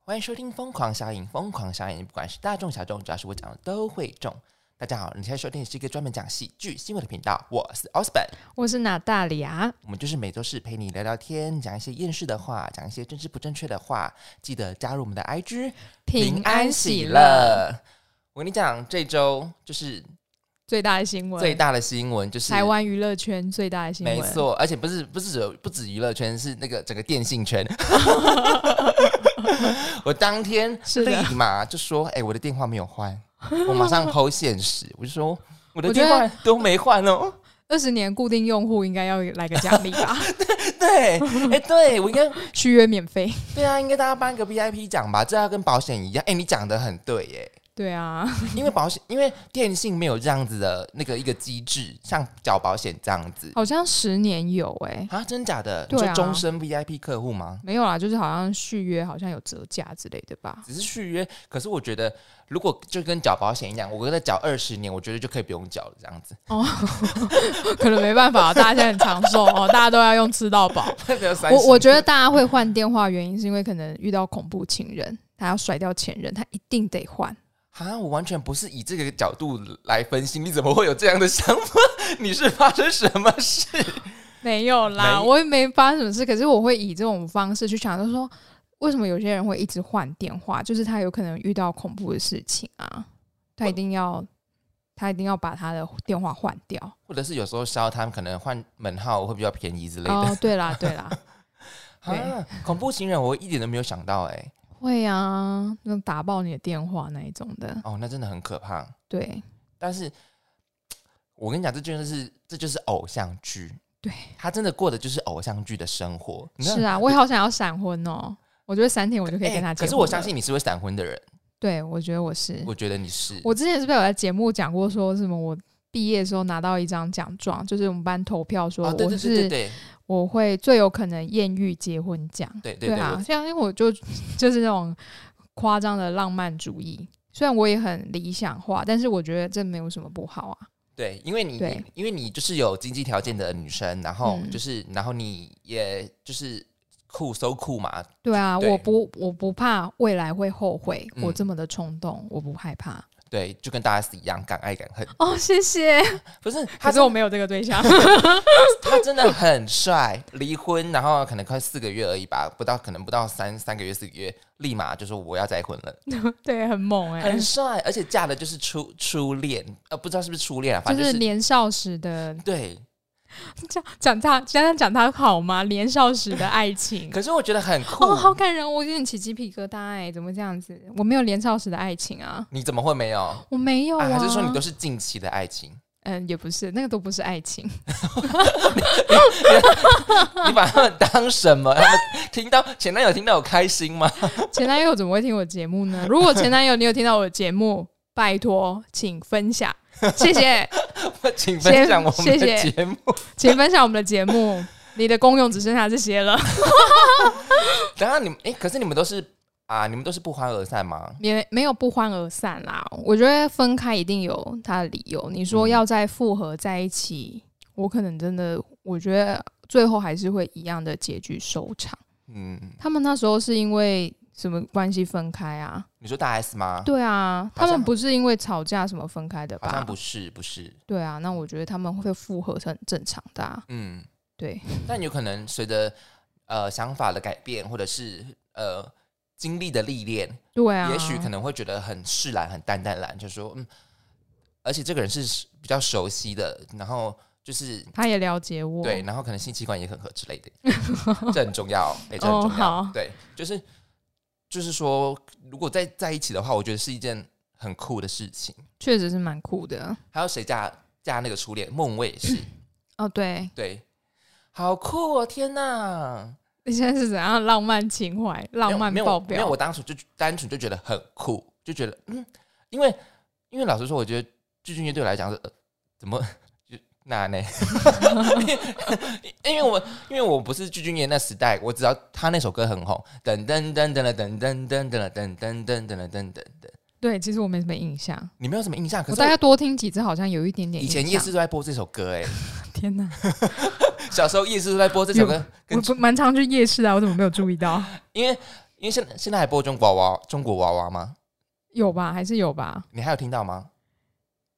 欢迎收听《疯狂效应》，疯狂效应不管是大众小众，只要是我讲的都会中。大家好，你现在收听的是一个专门讲喜剧新闻的频道，我是 Osborn，我是娜大里啊，我们就是每周四陪你聊聊天，讲一些厌世的话，讲一些政治不正确的话。记得加入我们的 IG，平安喜乐，乐。我跟你讲，这周就是最大的新闻，最大的新闻，就是台湾娱乐圈最大的新闻，没，错，而且不是不是只有不止娱乐圈，是那个整个电信 圈。我当天是立的马就说：“哎、我的电话没有换。”我马上抛现实，我就说：“我的我觉电得话都没换哦。 二十年固定用户应该要来个奖励吧，”对，哎、对我应该续约免费。对啊，应该大家颁个 VIP 奖吧，这要跟保险一样。哎、你讲的很对耶，对啊，因为保险，因为电信没有这样子的那个一个机制，像缴保险这样子好像十年有哎、啊，真假的？你哦对啊说终身 VIP 客户吗？没有啦，就是好像续约好像有折价之类的吧。只是续约，可是我觉得，如果就跟缴保险一样，我跟他缴二十年，我觉得就可以不用缴了，这样子。 可能没办法，大家现在很长 寿哦，大家都要用吃到饱。我我我觉得大家会换电话，原因是因为可能遇到恐怖情人，他要甩掉前任，他一定得换。啊，我完全不是以这个角度来分析，你怎么会有这样的想法？你是发生什么事？ 没有啦，没我也没发生什么事，可是我会以这种方式去想，就是说为什么有些人会一直换电话，就是他有可能遇到恐怖的事情啊，他一定要他一定要把他的电话换 掉。或者是有时候烧他们可能换门号会比较便宜之类的。哦，对啦，对 啦，对啊，恐怖情人我一点都没有想到哎、会啊，那种打爆你的电话那一种的，哦，那真的很可怕。对但是我跟你讲，这就是这就是偶像剧，对，他真的过的就是偶像剧的生活。你知道是啊，我也好想要闪婚哦。我觉得三天我就可以跟他欸结可婚、是我相，信你是会闪婚的人，对我觉得我是，我觉得你是。我之前是不是有在节目讲过，说什么我毕业的时候拿到一张奖状，就是我们班投票说哦，对我对是、对对对我会最有可能艳遇结婚奖。对对对，啊我，像因为我就就是那种夸张的浪漫主义，虽然我也很理想化，但是我觉得这没有什么不好啊。对，因为你对因为你就是有经济条件的女生，然后嗯就是然后你也就是酷搜酷嘛，对啊，对我不我不怕未来会后悔，嗯我这么的冲动，我不害怕。对，就跟大家是一样，敢爱敢恨。哦，谢谢。不是，他可是真我没有这个 对象。他真的很帅，离婚然后可能快四个月而已吧，不到可能不到三三个月四个月，立马就说我要再婚了，对，很猛哎、很帅，而且嫁的就是初初恋，呃，不知道是不是初恋啊，反就正是是年少时的对。讲讲他，讲他讲他好吗？年少时的爱情，可是我觉得很酷，哦，好感人，我有点起鸡皮疙瘩哎、怎么这样子？我没有年少时的爱情啊，你怎么会没有？我没有啊，还是说你都啊是近期的爱情？ 嗯，也不是，那个都不是爱情， 你把他们当什么？他们听到前男友听到有开心吗？ 前男友怎么会听我节目呢？如果前男友你有听到我的节目，拜托，请 分享，谢谢，请分享我们谢的谢节目。请分享我们的节目。你的功用只剩下这些了，然后你们，哎、可是你们都是啊，你们都是不欢而散吗？也没有不欢而散啦。我觉得分开一定有它的理由。你说嗯要再复合在一起，我可能真的，我觉得最后还是会一样的结局收场。嗯，他们那时候是因为什么关系分开啊？你说大 S 吗？对啊，好像他们不是因为吵架什么分开的好像吧？不是，不是。对啊，那我觉得他们会复合是很正常的、啊。嗯，对，但有可能随着呃想法的改变，或者是呃经历的历练，对啊，也许可能会觉得很释然、很淡淡然，就说嗯，而且这个人是比较熟悉的，然后就是他也了解我。对，，然后可能性器官也很合之类的，这很重要，哎、这很哦重要。好对，就是就是说，如果在在一起的话，我觉得是一件很酷的事情。确实是蛮酷的。还有谁嫁嫁那个初恋孟伟是，哦，对，对，好酷哦！天哪，你现在是怎样浪漫情怀、浪漫没有爆没有，没有表我？当初就单纯就觉得很酷，就觉得嗯，因为因为老实说，我觉得巨俊乐对我来讲是、呃、怎么。 就那呢？ 因为我因为我不是巨俊乐那时代，我只要他那首歌很红，噔噔噔噔了噔噔噔噔了噔噔噔噔噔噔噔，对，其实我没什么印象。你没有什么印象？可我是大概啊我多听几次，好像有一点点以印前象。夜市都在播这首歌，哎，天哪，小时候夜市都在播这首歌，我 跟不蛮常去夜市啊，我怎么没有注意到？因为因为现现在还播中国娃娃中国娃娃吗？有吧？还是有吧？你还有听到吗？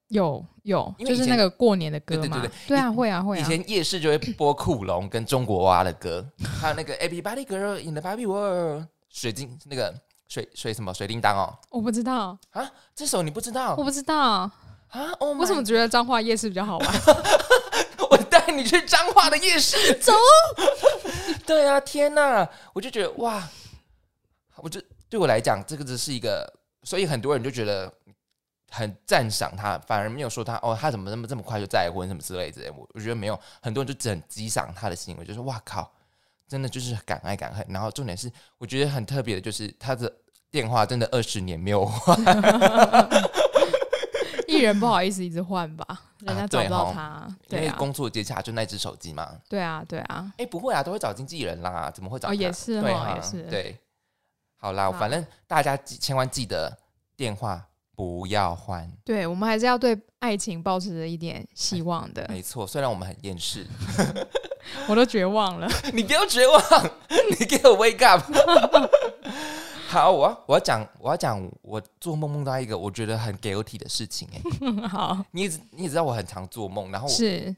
有有，因为就以是前那个过年的歌对对嘛对对，啊，会啊会以啊，前夜市就会播酷龙跟中国娃娃的歌，还有那个 Everybody Girl in the Barbie World 水晶那个水水什么水叮当哦我不知道，啊，这首你不知道我不知道，啊？哦， 我怎么觉得彰化夜市比较好玩？我带你去彰化的夜市走。 对啊，天哪！我就觉得哇，我就对我来讲，这个只是一个，所以很多人就觉得很赞赏他，反而没有说他哦，他怎么那么这么快就再婚什么之类之类的。我我觉得没有，很多人就只很激赏他的行为，就说哇靠，真的就是敢爱敢恨。然后重点是，我觉得很特别的就是他的电话真的二十年没有换，艺人不好意思一直换吧， 人家找不到他，啊因对为啊，工作接洽就那只手机嘛。对啊，对啊，哎、不会啊，都会找经纪人啦，怎么会找哦他？也是对哦哈也是对。好啦，好反正大家记千万记得电话不要换，对我们还是要对爱情保持着一点希望的，没错。虽然我们很厌世， 我都绝望了。 你不要绝望， 你给我 wake up。好，我要我要讲我要讲我做梦梦到一个我觉得很 guilty 的事情、欸，好，你也知你也知道我很常做梦，然后我是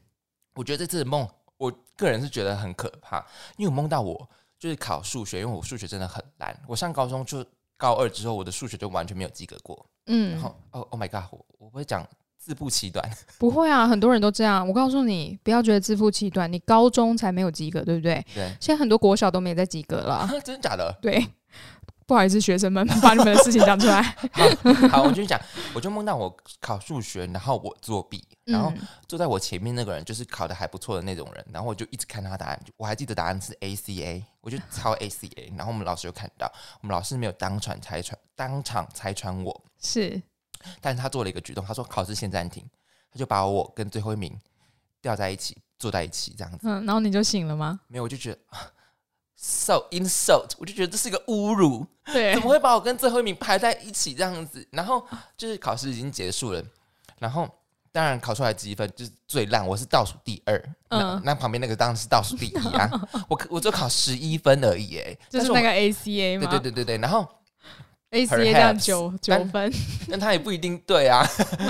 我觉得这次的梦，我个人是觉得很可怕，因为我梦到我就是考数学，因为我数学真的很烂。我上高中就高二之后，我的数学就完全没有及格过。嗯然，后哦，Oh my god，我我会讲自不其短，不会啊，很多人都这样。我告诉你，不要觉得自负其短，你高中才没有及格，对不对？ 对，现在很多国小都没在及格了。啊 真的假的？对，不好意思，学生们， 把你们的事情讲出 来。好，好，我就讲，我就梦到我考数学，然后我作弊，然后嗯坐在我前面那个人就是考的还不错的那种人，然后我就一直看他答案，我还记得答案是 ACA，我就抄 ACA，然后我们老师有看到，我们老师没有当场拆穿，当场拆穿我，是但是他做了一个举动，他说考试先暂停，他就把我跟最后一名吊在一起，坐在一起这样子。嗯，然后你就醒了吗？没有，我就觉得啊 so insult，我就觉得这是一个侮辱，对 怎么会把我跟最后一名排在一起这样子？然后就是考试已经结束了，然后当然考出来的积分就是最烂，我是倒数第二，那嗯那旁边那个当然是倒数第一啊，我我就考十一分而已，哎，就但是我那个对 ACA 嘛，对对对对，然后 ACA 这样 perhaps，九九但分，但他也不一定对啊。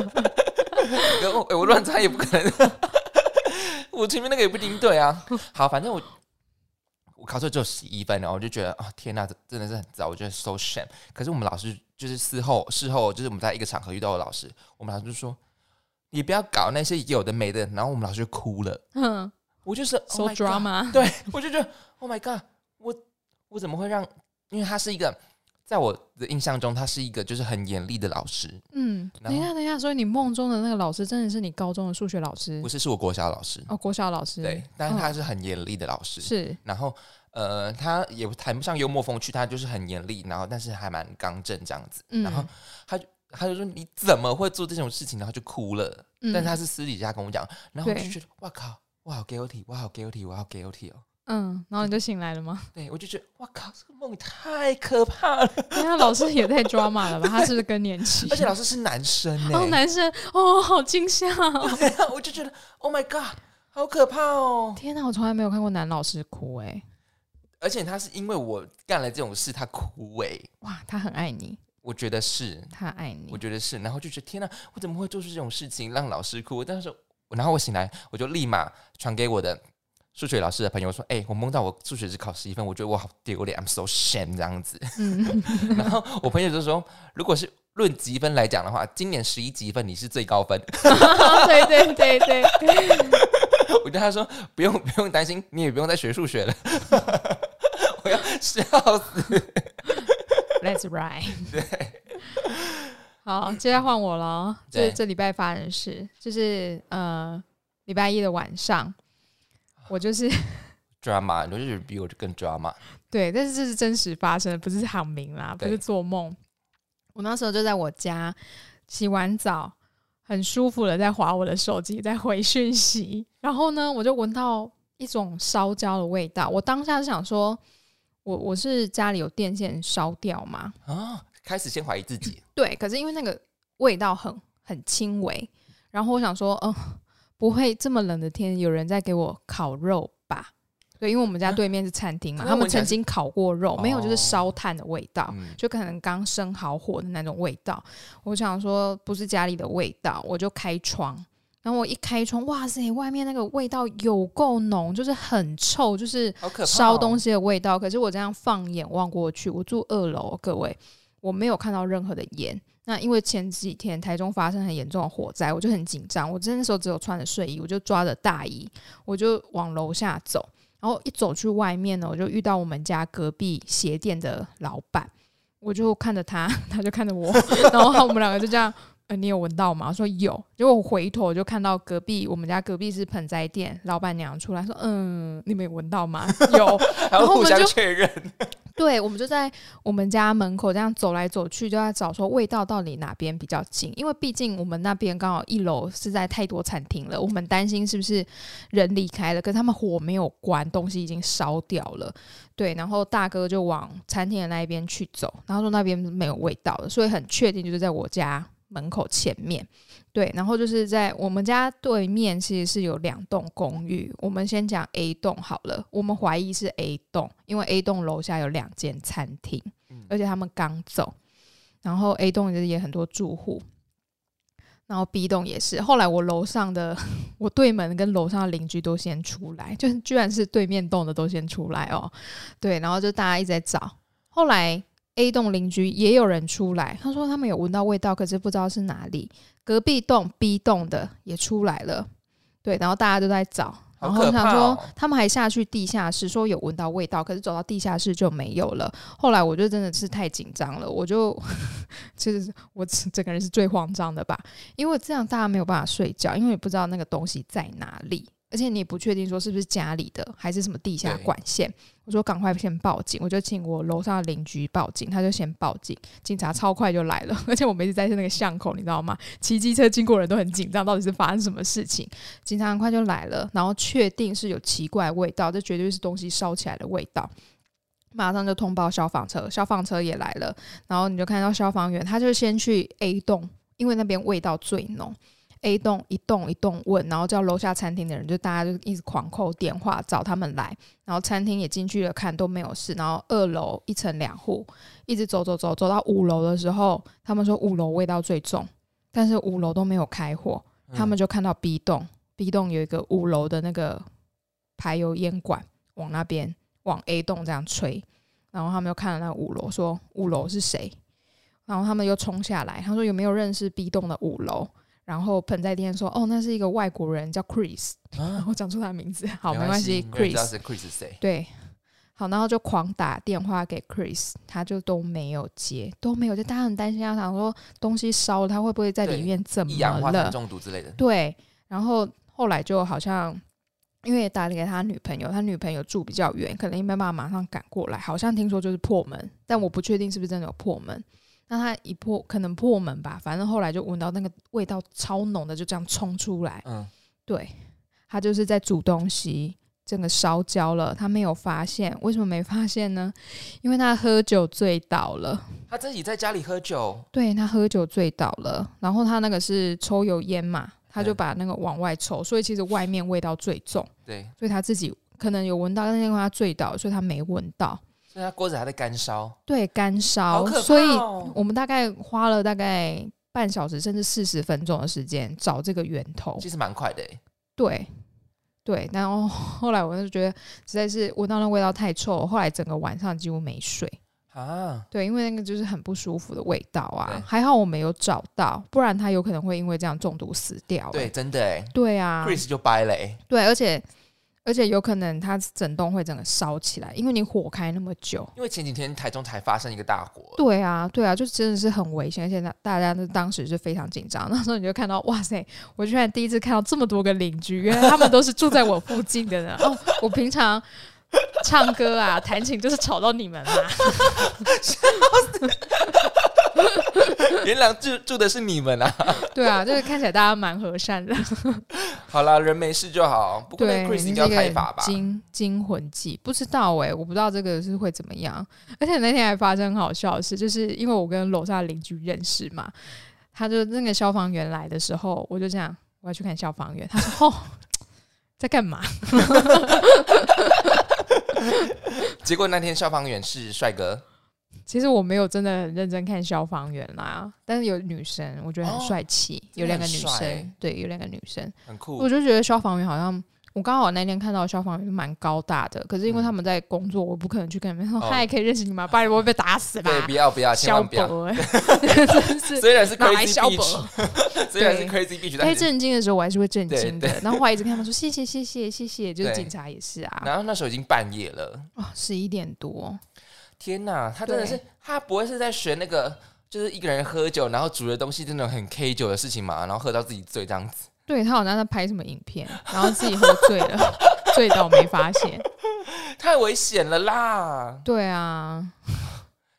我我乱猜也不可能， 我前面那个也不一定对啊。好，反正我我考出来只有十一分，然后我就觉得啊、天呐，这真的是很糟，我觉得 so shame。可是我们老师就是事后事后就是我们在一个场合遇到我老师，我们老师就说你不要搞那些有的没的，然后我们老师就哭了。嗯我就是，so oh my god drama，对我就觉得 Oh my God，我我怎么会让？因为他是一个，在我的印象中，他是一个就是很严厉的老师，嗯，然等后一下等一下，所以你梦中的那个老师真的是你高中的数学老师不是是我国小老师，哦，国小老师，对，但是嗯他是很严厉的老师，是然后呃，他也谈不上幽默风趣，他就是很严厉，然后但是还蛮刚正这样子，嗯然后他就他就说你怎么会做这种事情，然后就哭了，嗯但是他是私底下跟我讲，然后我就对觉得哇靠，我好 guilty，我好 guilty，我好 guilty 哦，嗯，然后你就醒来了吗？对我就觉得哇靠，这个梦太可怕了。 等一下老师也太 drama 了吧？他是不是更年期而？且老师是男生呢、哦， 男生哦，好惊吓哦！我就觉得 Oh my God，好可怕哦！天哪，我从来没有看过男老师哭哎、而且他是因为我干了这种事，他哭哎、哇，他很爱你，我觉得是，他爱你我，觉得是，然后就觉得天哪，我怎么会做出这种事情让老师哭？我当时，然后我醒来，我就立马传给我的数学老师的朋友说：“哎、我梦到我数学只考十一分，我觉得我好丢脸，I'm so shame 这样子。” 嗯， 然后我朋友就说：“如果是论积分来讲的话，今年十一积分你是最高分。” 对对对对，我跟他说不用不用担心，你也不用再学数学了。 我要笑死！ Let's ride。好，接下来换我了哦。这对这礼拜发生的事，就是呃，礼拜一的晚上，啊我就是 drama，你就是比我更 drama。对，但是这是真实发生的，不是喊名啦，不对是做梦。我那时候就在我家洗完澡，很舒服的在划我的手机，在回讯息。然后呢，我就闻到一种烧焦的味道。我当下就想说，我我是家里有电线烧掉吗？啊！开始先怀疑自己，对，可是因为那个味道很很轻微，哦然后我想说，嗯、不会这么冷的天有人在给我烤肉吧？对，因为我们家对面是餐厅嘛，那他们闻起来曾是经烤过肉，没有就是哦烧炭的味道，嗯，就可能刚生好火的那种味道。我想说不是家里的味道，我就开窗。然后我一开窗，哇塞，外面那个味道有够浓，就是很臭，就是好可怕、哦烧东西，西的味道。可是我这样放眼望过去，我住二楼，各位，我没有看到任何的烟。那因为前几天台中发生很严重的火灾，我就很紧张。我真的那时候只有穿着睡衣，我就抓着大衣，我就往楼下走。然后一走去外面呢，我就遇到我们家隔壁鞋店的老板，我就看着他， 他就看着我，然后我们两个就这样。呃，你有闻到吗？我说有，结果我回头我就看到隔壁我们家隔壁是盆栽店，老板娘出来说：“嗯，你们有闻到吗？” 有，还然要后我互们相就确认，对，我们就在我们家门口这样走来走去，就在找说味道到底哪边比较近，因为毕竟我们那边刚好一楼是在太多餐厅了，我们担心是不是人离开了，可是他们火没有关，东西已经烧掉了。对，然后大哥就往餐厅的那一边去走，然后说那边没有味道了，所以很确定就是在我家门口前面。对，然后就是在我们家对面，其实是有两栋公寓。我们先讲 A 栋好了，我们怀疑是 A 栋，因为 A 栋楼下有两间餐厅，嗯而且他们刚走，然后 A 栋也很多住户，然后 B 栋也是。后来我楼上的 我对门跟楼上的邻居都先出来，就是居然是对面栋的都先出来哦，对，然后就大家一直在找，后来。A 栋邻居也有人出来，他说他们有闻到味道，可是不知道是哪里。隔壁栋 B 栋的也出来了，对，然后大家都在找，好然后我可怕想说哦他们还下去地下室，说有闻到味道，可是走到地下室就没有了。后来我就真的是太紧张了，我就 就是我整个人是最慌张的吧，因为这样大家没有办法睡觉，因为你不知道那个东西在哪里。而且你也不确定说是不是家里的，还是什么地下对管线。我说赶快先报警，我就请我楼上的邻居报警，他就先报警。警察超快就来了，而且我们一直在那个巷口，你知道吗？骑机车经过的人都很紧张，到底是发生什么事情？警察很快就来了，然后确定是有奇怪的味道，这绝对是东西烧起来的味道。马上就通报消防车，消防车也来了，然后你就看到消防员，他就先去 A 栋，因为那边味道最浓。A 栋一栋一栋问，然后叫楼下餐厅的人，就大家就一直狂扣电话找他们来，然后餐厅也进去了看都没有事，然后二楼一层两户，一直走走走走到五楼的时候，他们说五楼味道最重，但是五楼都没有开火， 嗯他们就看到 B 栋，B 栋有一个五楼的那个排油烟管往那边往 A 栋这样吹，然后他们就看了那五楼，说五楼是谁，然后他们又冲下来，他说有没有认识 B 栋的五楼？然后盆在店说，哦，那是一个外国人叫 Chris，然 啊，后讲出他的名字，好，没关关系没人知道，Chris，是 Chris 是谁，对，好，然后就狂打电话给 Chris，他就都没有接，都没有接，大家很担心，他想说东西烧了，他会不会在里对面怎么一氧化了碳？中毒之类的，对，然后后来就好像因为打给他女朋友，他女朋友住比较远，可能也没办法马上赶过来。好像听说就是破门，但我不确定是不是真的有破门。那他一破，可能破门吧，反正后来就闻到那个味道超浓的，就这样冲出来。嗯，对，他就是在煮东西，整个烧焦了，他没有发现。为什么没发现呢？因为他喝酒醉倒了。他自己在家里喝酒，对他喝酒醉倒了，然后他那个是抽油烟嘛，他就嗯把那个往外抽，所以其实外面味道最重，对，所以他自己可能有闻到，但是因为他醉倒，所以他没闻到。所以他锅子还在干烧，对，干烧，好可怕、哦，所以我们大概花了大概半小时甚至四十分钟的时间找这个源头。其实蛮快的欸，对，对，然后后来我就觉得实在是闻到那味道太臭了，后来整个晚上几乎没睡。啊，对，因为那个就是很不舒服的味道啊对，还好我没有找到，不然他有可能会因为这样中毒死掉、欸对，，真的哎、对啊， Chris 就掰了欸，对，而且而且有可能他整栋会整个烧起来，因为你火开那么久。因为前几天台中才发生一个大火，对啊，对啊，就真的是很危险，而且大大家都当时是非常紧张。 那时候你就看到，哇塞，我居然第一次看到这么多个邻居，原来他们都是住在我附近的人。哦，我平常唱歌啊、弹琴就是吵到你们啦、 原来住住的是你们啊，对啊，就是看起来大家蛮和善的。好啦，人没事就好，不过那对，个 Chris 那应是该要一个开罚吧，惊惊魂记，不知道哎、我不知道这个是会怎么样。而且那天还发生很好笑的事，就是因为我跟楼下的邻居认识嘛，他就那个消防员来的时候，我就这样， 我要去看消防员。他说：“哦，在干嘛？”结果那天消防员是帅哥，其实我没有真的很认真看消防员啦，但是有女生，我觉得很帅气，有两个女哦真的很帅生欸，对，有两个女生，很我酷。就觉得消防员好像。我刚好那天看到消防员蛮高大的，可是因为嗯他们在工作，我不可能去跟他们说：“哦嗨，可以认识你吗？不然我会被打死吧对，不要不要，千肖万不要。伯、 欸，真是虽然是哪来 crazy 肖伯 beach，？虽然是对 crazy beach，但该是震惊的时候我还是会震惊的对，然后我还一直跟他们说谢谢谢谢谢谢，就是对警察也是啊，然后那时候已经半夜了，啊十一点多，天哪，他真的是对他不会是在学那个就是一个人喝酒，然后煮的东西真的很 K 酒的事情嘛，然后喝到自己醉这样子。对他好像在拍什么影片，然后自己喝醉了， 醉到没发现，太危险了啦！对啊，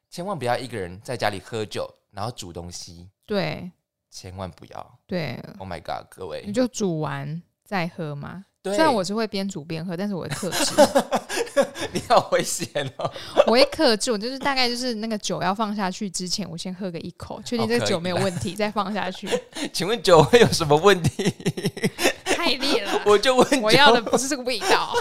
千万不要一个人在家里喝酒，然后煮东西，对千万不要。对， Oh my god，各位嗯你，就煮完再喝嘛。对虽然我是会边煮边喝，但是我会克制， 你好危险哦， 我会克制，我就是大概就是那个酒要放下去之前，我先喝个一口，确定哦这个可以酒没有问题，再放下去。请问酒会有什么问题？ 太烈了，我就问酒，我要的不是这个味 道。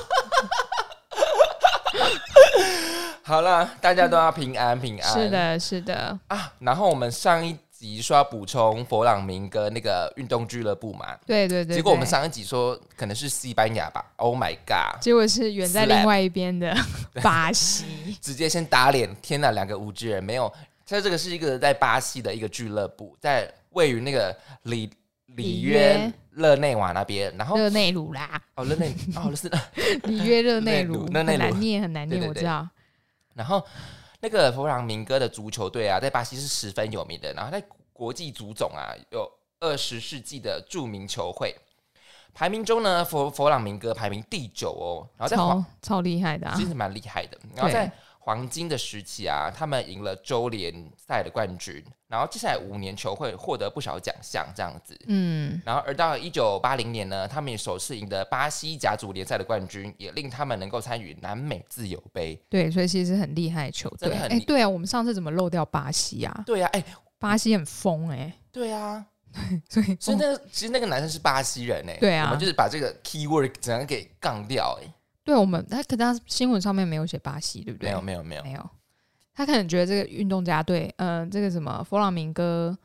好了，大家都要平安平安。是的，是的，啊，然后我们上一集说要补充佛朗明哥那个运动俱乐部嘛，对对对。结果我们对上一集说可能是西班牙吧，Oh my god，结果是远在 Slap 另外一边的 巴 西。直接先打脸，天哪，两个无知人没有，它这个是一个在巴西的一个俱乐部，在位于那个里里里约约热内瓦那边，然后热内卢啦，哦热内 哦是，里约热内卢，热很内卢难念，很难对对念，我知对道。然后那个佛朗明哥的足球队啊，在巴西是十分有名的，然后在国际足总啊有二十世纪的著名球会。排名中呢，佛佛朗明哥排名第九哦，然后在黄超超厉害的啊其！实蛮厉害的。然后对在黄金的时期啊，他们赢了周联赛的冠军，然后接下来五年球会获得不少奖项这样子。嗯，然后，而到一九八零年呢，他们也首次赢得巴西甲组联赛的冠军，也令他们能够参与南美自由杯。对，所以其实很厉害的球真队。的很哎，厉对啊，我们上次怎么漏掉巴西啊？对呀、哎、巴西很疯哎，对呀、啊，所以所以哦那个、其实那个男生是巴西人哎、对啊我们就是把这个 keyword 整个给杠掉哎、对我们，他可他新闻上面没有写巴西，对不对？没有没有没有，没有，他可能觉得这个运动家队，呃，这个什么佛朗明哥，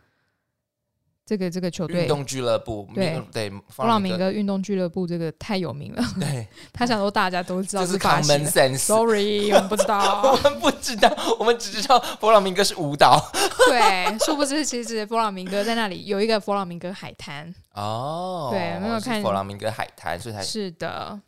这个这个球运队，动俱乐部对没有对弗弗朗明哥运动俱乐部这个太有名了， 对，他想说大家都知道这是巴西 common 的。 sense。 Sorry，我们不 知我道。们不知道，我们只知道弗朗明哥是舞蹈对，殊不知其实弗朗明哥在那里有一个弗朗明哥海滩。哦对没有看是弗朗明哥海滩，所以才是的，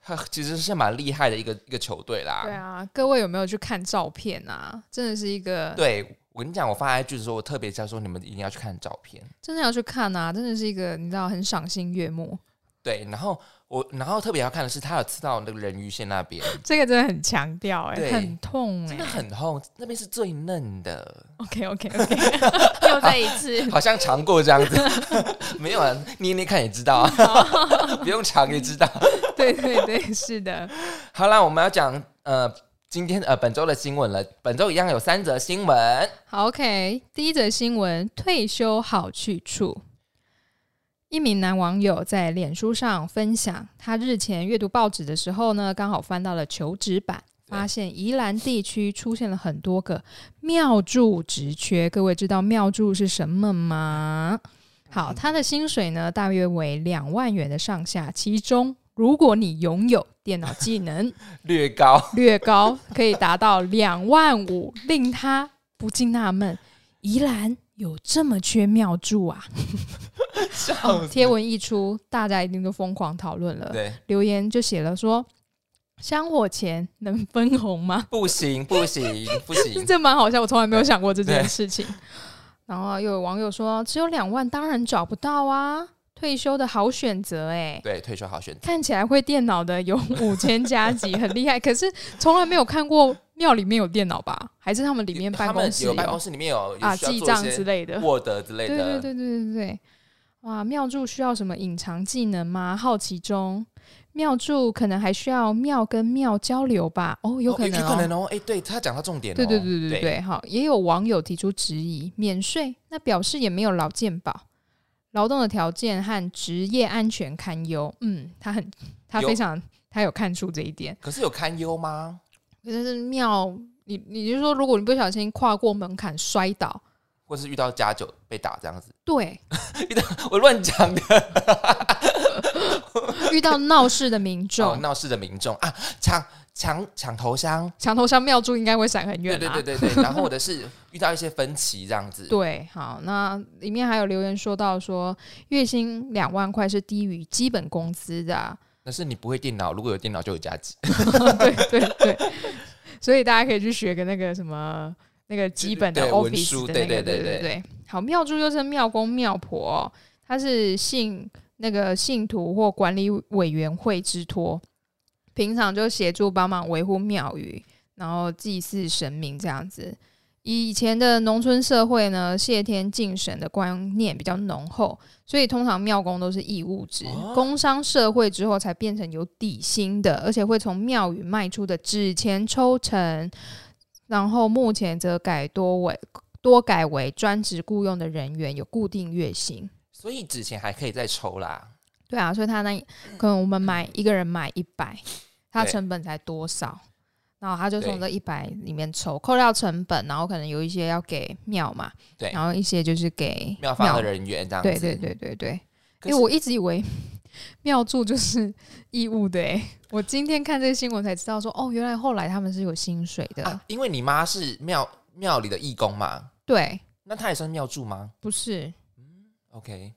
他其实是蛮厉害的一个一个球队啦。对啊，各位有没有去看照片啊？真的是一个，对我跟你讲，我发 IG 的时候，我特别想说你们一定要去看照片。真的要去看啊！真的是一个，你知道，很赏心悦目。对，然后我然后特别要看的是，他有刺到那个人鱼线那 边，这个真的很强调、哎，对很痛、真哎的。很痛，那边是最嫩的， OK OK OK，又 再一次。好像尝过这样子。 没有啊，捏捏看也知道啊， 不用尝也知道。对对对，是的，好啦，我们要讲呃今天呃本周的新闻了，本周一样有三则新闻。好 OK。第一则新闻：退休好去处。一名男网友在脸书上分享，他日前阅读报纸的时候呢，刚好翻到了求职版，对发现宜兰地区出现了很多个妙助职缺。各位知道妙助是什么吗？好，他的薪水呢，大约为两万元的上下，其中如果你拥有电脑技能，略高， 略高，可以达到两万五，令他不禁纳闷：宜兰有这么缺妙助啊？ 哦笑贴文一出，大家一定都疯狂讨论了，对，留言就写了说：香火钱能分红吗？不行不行 不行，这蛮好笑，我从来没有想过这件事情。然后又有网友说：只有两万，当然找不到啊，退休的好选择哎、对，退休好选择。看起来会电脑的有 五千加级，很厉害。可是从来没有看过庙里面有电脑吧？还是他们里面办他公们室有办公室里面有啊记账之类的？ ，Word 之类对对的，对对对对。哇，妙助需要什么隐藏技能吗？好奇中，妙助可能还需要妙跟妙交流吧？哦，有可能、有可能哦。哎，对他讲到重点哦，对对对对对对，对，好，也有网友提出质疑，免税那表示也没有劳健保，劳动的条件和职业安全堪忧。嗯，他很他有非常他有看出这一点。可是有堪忧吗？可是庙，你你就说，如果你不小心跨过门槛摔倒，或是遇到家酒被打这样子？ 对，我乱讲的。哦遇到闹事的民哦，众，闹事的民众啊，抢抢抢头香。墙头上庙祝应该会闪很远对啊。对对对 对，然后或者是遇到一些分歧这样子。对，好，那里面还有留言说到说，月薪两万块是低于基本工资的啊、但是你不会电脑，如果有电脑就有加急。对 对对，所以大家可以去学个那个什么那个基本的对文 Office 书的那对个，对对对对对好，庙祝又称庙公、庙婆哦、他是信那个信徒或管理委员会之托，平常就协助帮忙维护庙宇，然后祭祀神明这样子。以前的农村社会呢，谢天敬神的观念比较浓厚，所以通常庙公都是义务职，哦工商社会之后才变成有底薪的，而且会从庙宇卖出的纸钱抽成，然后目前则改多为多改为专职雇佣的人员，有固定月薪。 所以纸钱还可以再抽啦。对啊，所以他那可能我们买一个人买一百，他对成本才多少？然后他就从这对一百里面抽，扣掉成本，然后可能有一些要给庙嘛，对然后一些就是给妙方的，人员这样子。对对对对对。可因是。为我一直以为 庙祝就是义务的、欸，我今天看这个新闻才知道说，哦，原来后来他们是有薪水的，啊，因为你妈是庙庙里的义工嘛，对，那她也算庙祝吗不是， ？OK，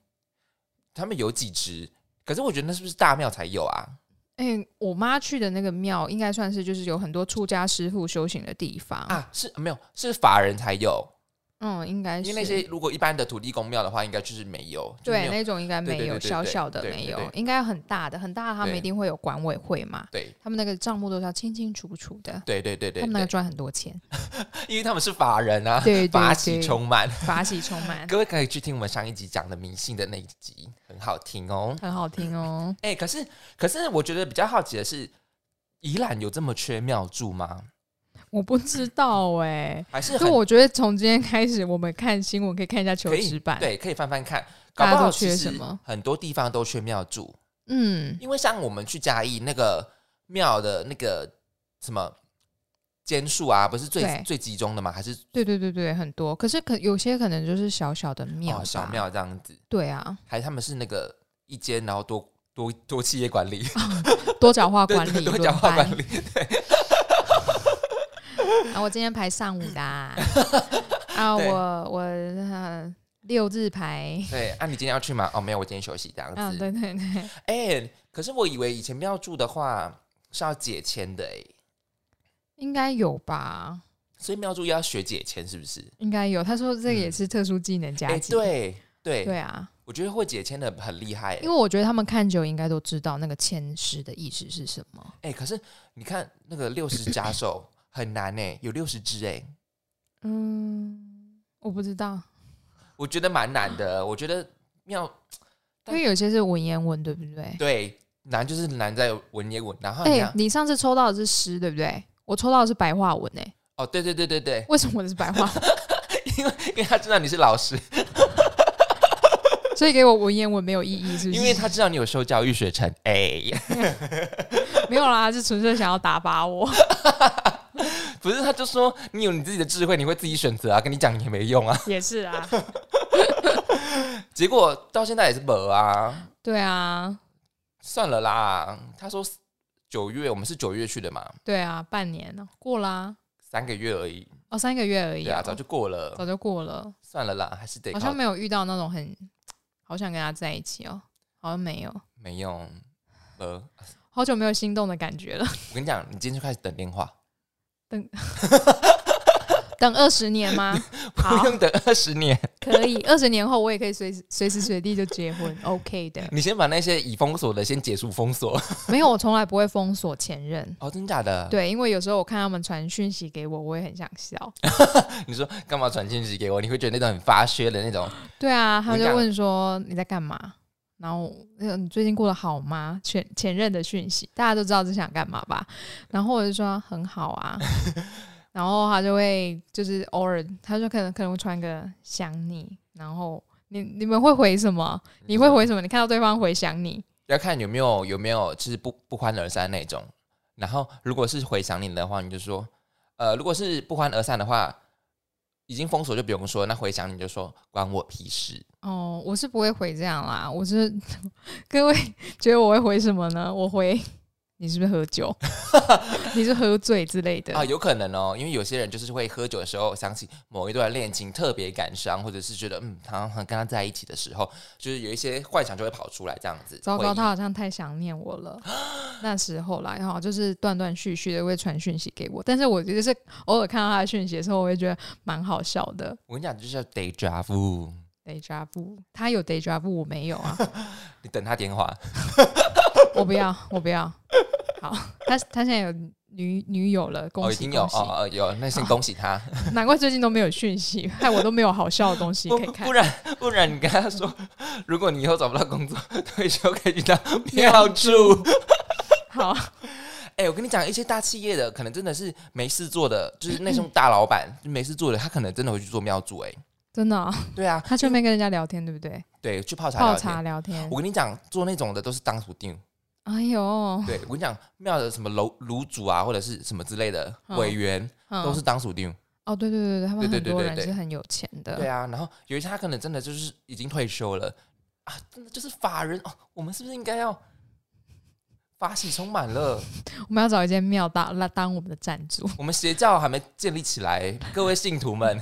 他们有几职？可是我觉得那是不是大庙才有啊？哎、我妈去的那个庙应该算是就是有很多出家师傅修行的地方，啊，是没有，是法人才有，嗯，应该是因为那些如果一般的土地公庙的话，应该就是没有，就没对有那种应该对没对有，对对小对小的对没对有对，应该很大的，很大的他们对一定会有管委会嘛，对他们那个账目都是要清清楚楚的，对对对他对们那个对，赚很 多钱，因为他们是法人啊，对对法喜对充满。法喜充 满，各位可以去听我们上一集讲的迷信的那一集，很好听哦。很好听哦。哎、可是可是我觉得比较好奇的是，宜兰有这么缺庙祝吗？我不知道哎、还是所以很我觉得从今天开始，我们看新闻可以看一下求可以职版，对，可以翻翻看。搞大家不好都缺其实什么很多地方都缺庙祝，嗯，因为像我们去嘉义那个庙的那个什么间数啊，不是最对最集中的吗？还是对对对对，很多。可是可有些可能就是小小的庙、哦小，庙这样子？对啊，还是他们是那个一间，然后多多多企业管理，多角化对啊管理， 对多轮角化班管理。啊，我今天排上午 的啊，啊对我我、呃、六日排，对，啊，你今天要去吗？哦，没有，我今天休息这样啊，子。对对对，哎、可是我以为以前庙祝的话是要解签的哎、应该有吧，所以庙祝要学解签是不是？应该有。他说这个也是特殊技能加哎、级，嗯对对对啊，我觉得会解签的很厉害、欸，因为我觉得他们看久应该都知道那个签诗的意思是什么。哎、可是你看那个六十加寿很难呢、有六十只哎，嗯，我不知道，我觉得蛮难的。我觉得妙因但为有些是文言文，对不对？对难就是难在文言文，然后你哎、看、你上次抽到的是诗，对不对？我抽到的是白话文诶、欸哦，对对对对对，为什么我的是白话文？ 因为因为他知道你是老师，所以给我文言文没有意义，是不是？因为他知道你有受教育学成哎、没有啦，是纯粹想要打发我。不是他就说你有你自己的智慧，你会自己选择啊，跟你讲 也没用啊，也是啊，结果到现在也是没啊， 对啊，算了啦。他说九月我们是九月去的嘛，对啊，半年了，过啦，三个月而已，哦，三个月而已对哦、啊，早就过了，早就过了，算了啦，还是得好靠像没有遇到那种很好想跟他在一起哦，好像没有，没用。呃，好久没有心动的感觉了， 我跟你讲，你今天就开始等电话，等二十年 吗？好不用等二十年。 可以，二十年后我也可以随时随时随地就结婚，OK 的。你先把那些已封锁的先解除封锁。 没有，我从来不会封锁前任。哦，真假的？，对，因为有时候我看他们传讯息给我，我也很想 笑。你说干嘛传信息给我？你会觉得那种很发噱的那 种。对啊，他我跟们就你讲问说你在干嘛，然后呃你最近过得好吗？前前任的讯息，大家都知道是想干嘛吧？然后我就说很好 啊，然后他就会就是偶尔，他就可能可能会传个想你，然后你你们会回什么？你会回什么？你看到对方回想你，要看有没有有没有就是不不欢而散那种。然后如果是回想你的话，你就说，呃，如果是不欢而散的话，已经封锁就不用说，那回想你就说关我屁事。哦，我是不会回这样啦。我是 各位觉得我会回什么呢？我回你是不是喝酒？ 你是喝醉之类的？啊，有可能哦，因为有些人就是会喝酒的时候想起某一段恋情特别感伤，或者是觉得嗯，好像很跟他在一起的时候，就是有一些幻想就会跑出来这样子。糟回糕，忆他好像太想念 我了。那时候啦，然后就是断断续续的会传讯息给我，但是我就是偶尔看到他的讯息的时候，我会觉得蛮好笑的。我跟你讲，就是要 day d r i v deja vu，他有 deja vu，我没有啊，你等他电话，我不要，我不要。好，他他现在有女女友了，恭哦，已喜经有恭喜！哦哦有，那先好恭喜 他，难怪最近都没有讯息，害我都没有好笑的东 西不可以看不。然不然你跟他说，如果你以后找不到工作，退休可以去当妙助。好，哎、我跟你讲，一些大企业的可能真的是没事做的，就是那种大老板就没事做的，他可能真的会去做妙助、 真的啊、哎，对啊，他顺便跟人家聊天，对不对？对，去泡茶聊泡天茶聊天我。跟你讲，做那种的都是当属定。哎呦， 对我跟你讲，庙的什么楼炉主啊，或者是什么之类的嗯委员，嗯都是当属定。哦，对对对对，他们对对很对多对人对是很有钱的。对啊，然后有一些他可能真的就是已经退休了啊，真的就是法人哦，我们是不是应该要法喜充满了？我们要找一间庙当来当我们的赞助。我们邪教还没建立起来，各位信徒们，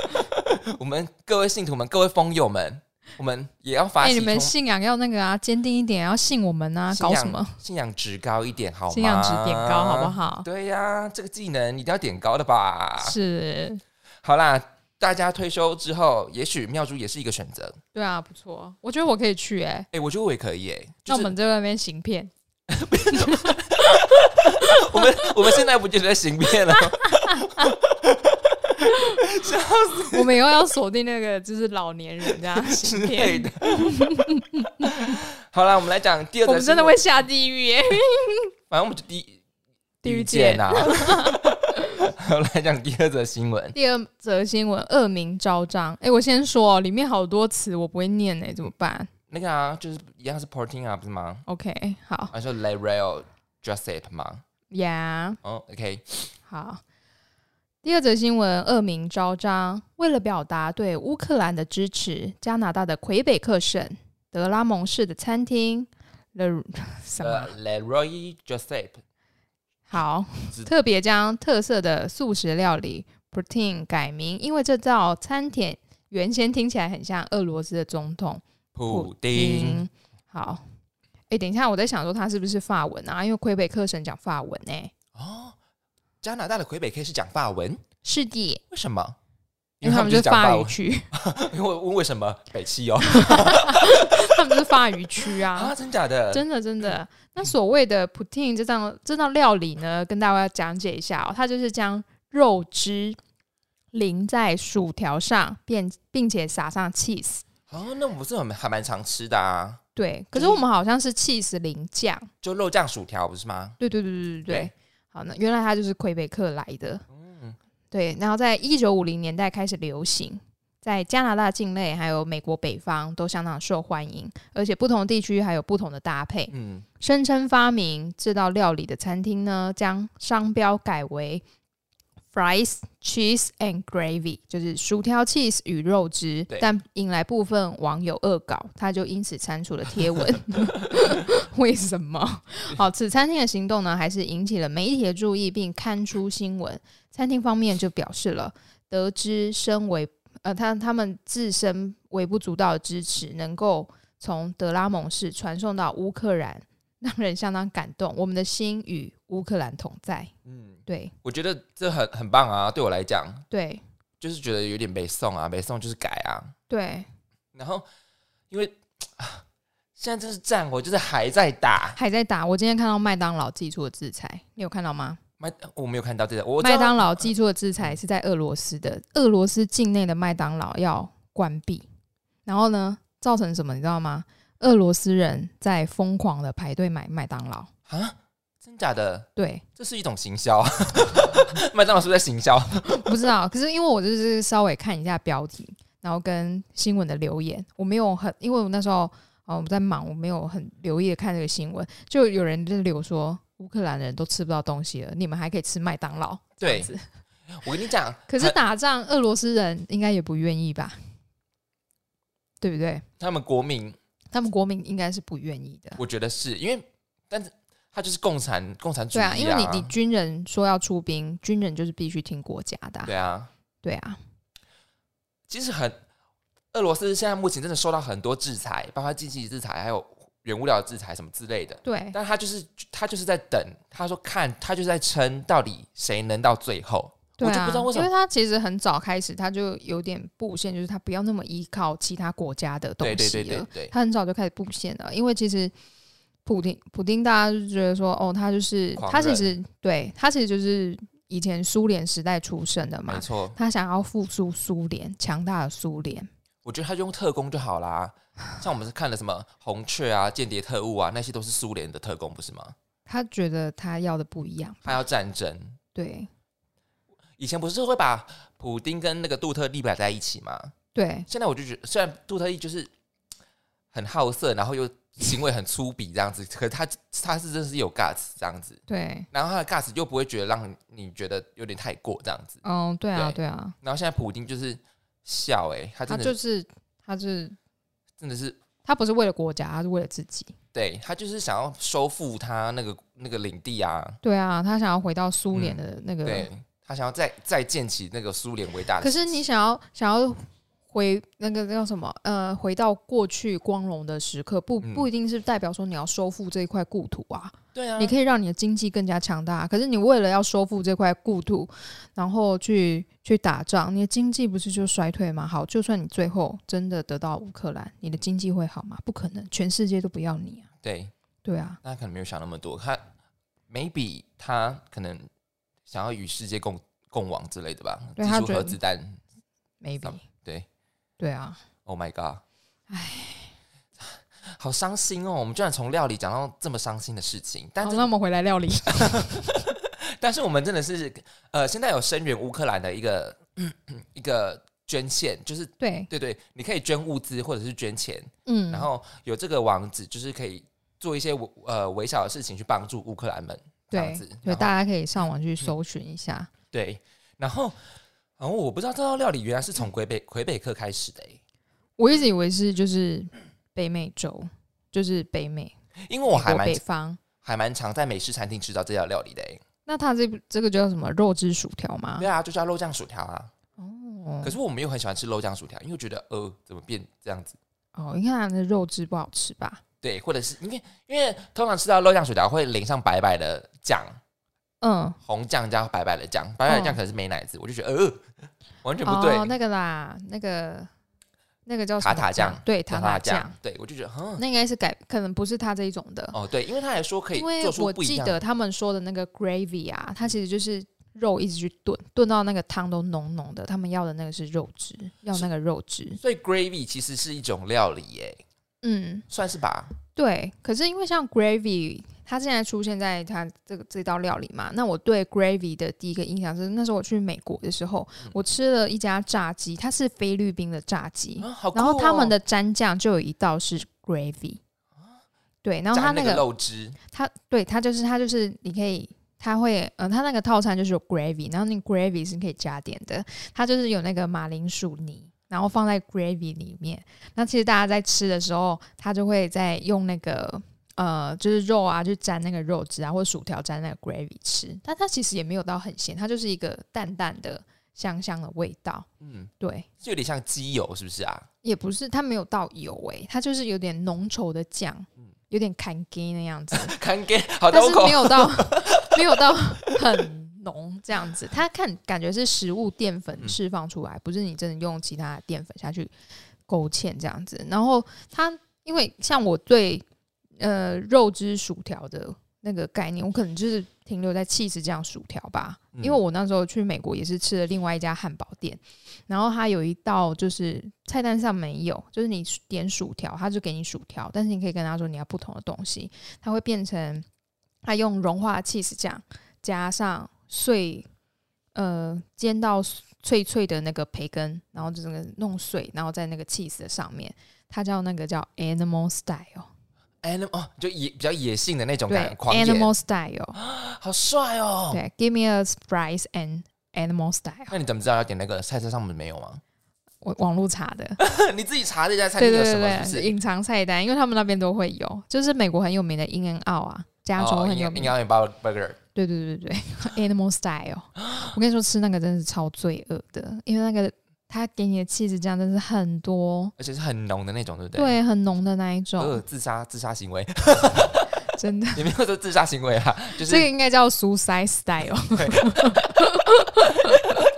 我们各位信徒们，各位风友们，我们也要法哎、喜你充、们信仰要那个啊，坚定一点，要信我们啊，信搞仰什么？信仰值高一点好吗？信仰值点高，好不？好？对啊呀、这个技能一定要点高的吧？是，好啦，大家退休之后，也许妙珠也是一个选择。对啊，不错，我觉得我可以去、欸，哎、哎、我觉得我也可以、哎，那就我是们在外面行骗，我们 我们现在不就是在行骗了吗？我们以后要锁定那个就是老年人 这样之 行类骗，的。好啦，我们来讲第二我个们新闻，真的会下地狱、欸。反正我们就第地狱见啊。 好，来讲第二则新闻。第二则新闻，恶名昭彰。哎、我先说哦，里面好多词我不会念哎、怎么办那个啊，就是一样是 porting 啊，不是吗？ ？OK，好还、啊、说 lay rail just it 吗？呀哦，OK，好。第二则新闻，恶名昭彰。为了表达对乌克兰的支持，加拿大的魁北克省德拉蒙市的餐厅 The 什么啊呃，lay roy just it，好只，特别将特色的素食料理 protein 改名，因为这道餐点原先听起来很像俄罗斯的总统普丁。。好，哎、等一下，我在想说它是不是法文啊？因为魁北克省讲法文呢、哦，加拿大的魁北克是讲法文，是的，为什么？因为他们就是讲法语文。区， 因为我问为什么北汽哦？他们是法语区啊啊，。真假的？真的真的。那所谓的 poutine 这道这道料理呢，跟大家讲解一下哦，它就是将肉汁淋在薯条上，并并且撒上 cheese。哦，那我们是很还蛮常吃的啊，对，可就是是我们好像是 cheese 淋酱。就肉酱薯条不是吗？对对对对对对对。好，那原来它就是魁北克来的。对，然后在一九五零年代开始流行。在加拿大境内还有美国北方都相当受欢迎，而且不同地区还有不同的搭配。嗯，声称发明这道料理的餐厅呢，将商标改为 Fries, Cheese and Gravy，就是薯条、cheese 与肉汁对，但引来部分网友恶搞，他就因此删除了贴文。 为什么？好，此餐厅的行动呢，还是引起了媒体的注意，并刊出新闻。餐厅方面就表示了，得知身为呃，他他们自身微不足道的支持，能够从德拉蒙市传送到乌克兰，让人相当感动。我们的心与乌克兰同在。嗯，对我觉得这很很棒啊，对我来讲，对就是觉得有点没送啊，没送就是改啊。对，然后因为啊现在真是战火，就是还在打。还在打。我今天看到麦当劳寄出的制裁，你有看到吗？麦，我没有看到这个，我知道麦当劳寄出的制裁是在俄罗斯的，俄罗斯境内的麦当劳要关闭，然后呢，造成什么你知道吗？俄罗斯人在疯狂的排队买麦当劳。啊，真假的，对，这是一种行销。 麦当劳是不是在行销？不知道，可是因为我就是稍微看一下标题，然后跟新闻的留言，我没有很，因为我那时候哦，我们在忙，我没有很留意的看这个新闻，就有人在留说乌克兰人都吃不到东西了，你们还可以吃麦当劳。这对样子，我跟你讲，可是打仗，俄罗斯人应该也不愿意吧？对不对？他们国民他们国民应该是不愿意的。我觉得是因为，但是他就是共产共产主义、对啊，因为你你你军人说要出兵，军人就是必须听国家的啊、对啊，对啊，其实很俄罗斯现在目前真的受到很多制裁，包括经济制裁，还有原物料制裁什么之类的。对但他就是他就是在等，他说看他就是在撑，到底谁能到最后？对我就啊，不知道为什因为么。他其实很早开始，他就有点布线，就是他不要那么依靠其他国家的东西对了。对对对对，他很早就开始布线了，因为其实普丁普丁大家就觉得说，哦，他就是狂他其人实对他其实就是以前苏联时代出生的嘛没，错。他想要复苏苏联，强大的苏联。我觉得他就用特工就好啦。像我们是看了什么红雀啊、间谍特务啊，那些都是苏联的特工，不是吗？他觉得他要的不一样，他要战争。对以前不是会把普丁跟那个杜特地摆在一起吗？对现在我就觉得，虽然杜特地就是很好色，然后又行为很粗鄙这样子，可是他他是真的是有 guts 这样子，对，然后他的 guts 又不会觉得让你觉得有点太过这样子。嗯，对啊对对啊，然后现在普丁就是笑哎、他他真的就是他是真的是他不是为了国家，他是为了自己。对他就是想要收复他那个那个领地啊，对啊，他想要回到苏联嗯的那个。对他想要再再建起那个苏联伟大的可时期。是你想要想要回那个叫什么？呃，回到过去光荣的时刻，不嗯不一定是代表说你要收复这一块故土啊。对啊，你可以让你的经济更加强大，可是你为了要收复这块故土，然后去去打仗，你的经济不是就衰退吗？好，就算你最后真的得到乌克兰，你的经济会好吗？不可能，全世界都不要你啊！对，对啊，那他可能没有想那么多，他 maybe 他可能想要与世界共共往之类的吧，对技他术觉核得子弹。 maybe 嗯对对啊， ，Oh my god！唉，好伤心哦，我们居然从料理讲到这么伤心的事情，但好，是那我们回来料理。 但是我们真的是呃，现在有声援乌克兰的一个 一个捐献，就是对，对对，你可以捐物资或者是捐钱，嗯，然后有这个网址，就是可以做一些微呃微小的事情去帮助乌克兰们这样对子，，所以然后大家可以上网去搜寻一下。对，然后然后我不知道这道料理原来是从魁北魁北克开始的欸诶、我一直以为是就是北美洲，就是北美因为我哦还或蛮北方。还蛮常在美式餐厅吃到这道料理的诶、那它这这个叫什么肉汁薯条吗对？啊，就叫肉酱薯条啊。哦可是我没有很喜欢吃肉酱薯条，因为我觉得呃怎么变这样子？哦，你看它的肉汁不好吃吧？对，或者是因为因为通常吃到肉酱薯条会淋上白白的酱，嗯，红酱加白白的酱，白白的酱可能是美乃滋，我就觉得呃完全不对。哦，那个啦，那个那个叫什么塔塔酱对，加塔辣塔酱，，对我就觉得嗯那应该是改，可能不是它这一种的，哦对，因为他还说可以因为做出我不一记样。得他们说的那个 gravy 啊，它其实就是肉一直去炖，炖到那个汤都浓浓的。他们要的那个是肉汁，要那个肉汁。所以 gravy 其实是一种料理耶、嗯，算是吧。对。可是因为像 gravy，它现在出现在它这个这道料理嘛，那我对 gravy 的第一个印象是，那时候我去美国的时候，嗯我吃了一家炸鸡，它是菲律宾的炸鸡，啊，好酷哦、然后他们的蘸酱就有一道是 gravy，对，然后它加那那个肉汁，它对它就是它就是你可以，它会呃，它那个套餐就是有 gravy，然后那个 gravy 是可以加点的，它就是有那个马铃薯泥，然后放在 gravy 里面。那其实大家在吃的时候，它就会在用那个呃，就是肉啊，去沾那个肉汁啊，或者薯条沾那个 gravy 吃，但它其实也没有到很咸，它就是一个淡淡的香香的味道，嗯，对。就有点像鸡油，是不是啊？ 也不是，它没有到油诶、它就是有点浓稠的酱，有点坎给那样子，看给好但的是口没，有到 没有到很浓这样子。它看感觉是食物淀粉嗯释放出来，不是你真的用其他的淀粉下去勾芡这样子。然后它因为像我对呃肉汁薯条的那个概念，我可能就是停留在气 h 这样薯条吧，因为我那时候去美国也是吃了另外一家汉堡店，然后它有一道就是菜单上没有，就是你点薯条，它就给你薯条，但是你可以跟他说你要不同的东西，它会变成它用融化的 cheese 酱加上碎呃煎到脆脆的那个培根，然后就整个弄碎，然后在那个 cheese 的上面，它叫那个叫 animal style， animal 哦，就野比较野性的那种对感，狂野， ，animal 哦 style，好帅哦。对，give me a surprise and animal style，那你怎么知道要点那个菜单上面没有吗？ 我网络查的，你自己查这家餐对厅有对什么，对是不对，是？隐藏菜单，因为他们那边都会有，就是美国很有名的 In and Out 啊，加州哦，很有应名该要 burger，对对 对对对 ，Animal Style，我跟你说吃那个真的是超罪恶的，因为那个它给你的气质酱真的是很多，而且是很浓的那种，对不对，对？很浓的那一呃，种，自杀自杀行为 真的，也没有说自杀行为啦， 就这是个应该叫 Suicide Style，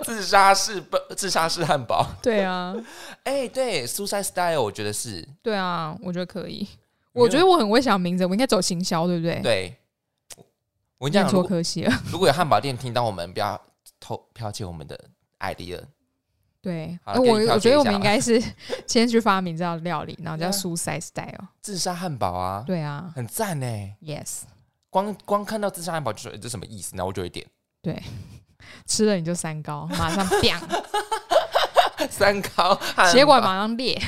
自杀式不自杀式汉堡。对啊，哎、对，Suicide Style，我觉得是对啊，我觉得可以，没有我觉得我很会想名字，我应该走行销，对不对？，对。我跟你念讲，错如果可惜 了，如果有汉堡店听到我们，不要偷剽窃我们的 idea。对，好呃给你我票我觉选一得我下们应该是 先去发明这道料理，然后 叫对啊 Suicide Style，自杀汉堡啊，对啊很赞呢。 ，Yes，光光看到自杀汉堡就说、欸、这什么意思，然后我就会点 吃了你就三高，马上 biang，三高汉堡血管马上裂。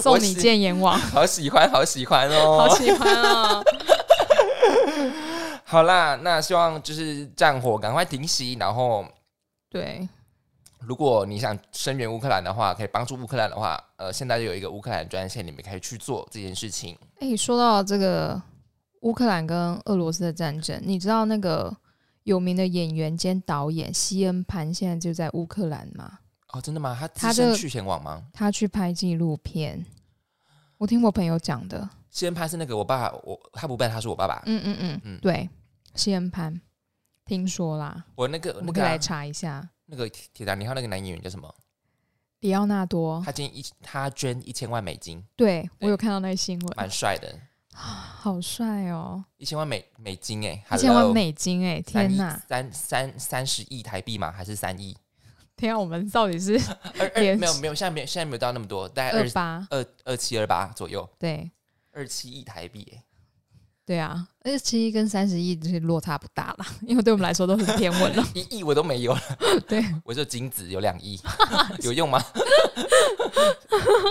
送你见阎王，好喜欢，好喜欢好哦。喜欢啊！好啦，那希望就是战火赶快停息，然后对，如果你想声援乌克兰的话，可以帮助乌克兰的话，呃，现在就有一个乌克兰专线，你们可以去做这件事情。哎、说到这个乌克兰跟俄罗斯的战争，你知道那个有名的演员兼导演西恩潘现在就在乌克兰吗？哦，真的吗？他资他深的去前往吗？他去拍纪录片，我听我朋友讲的。先拍是那个我爸，我他不笨，他是我爸爸。嗯嗯嗯，嗯对，西恩潘，听说啦，我那个我那们可以个啊、来查一下。那个铁达尼号那个男演员叫什么？里奥纳多，他今天一他捐一千万美金，对对我有看到那个新闻，蛮帅的，好帅哦，一千万美美金哎、一 hello 千万美金哎、三天亿哪！三三三十亿台币吗？还是三亿？天啊，我们到底 是二二也没有没有，现在没有现在没有到那么多，大概二二八？二二七二八左右，对，二七亿台币、欸，对啊，而且七一跟三十亿就是落差不大啦，因为对我们来说都是天文了。一亿我都没有了，对，我就金子有两亿， 有用吗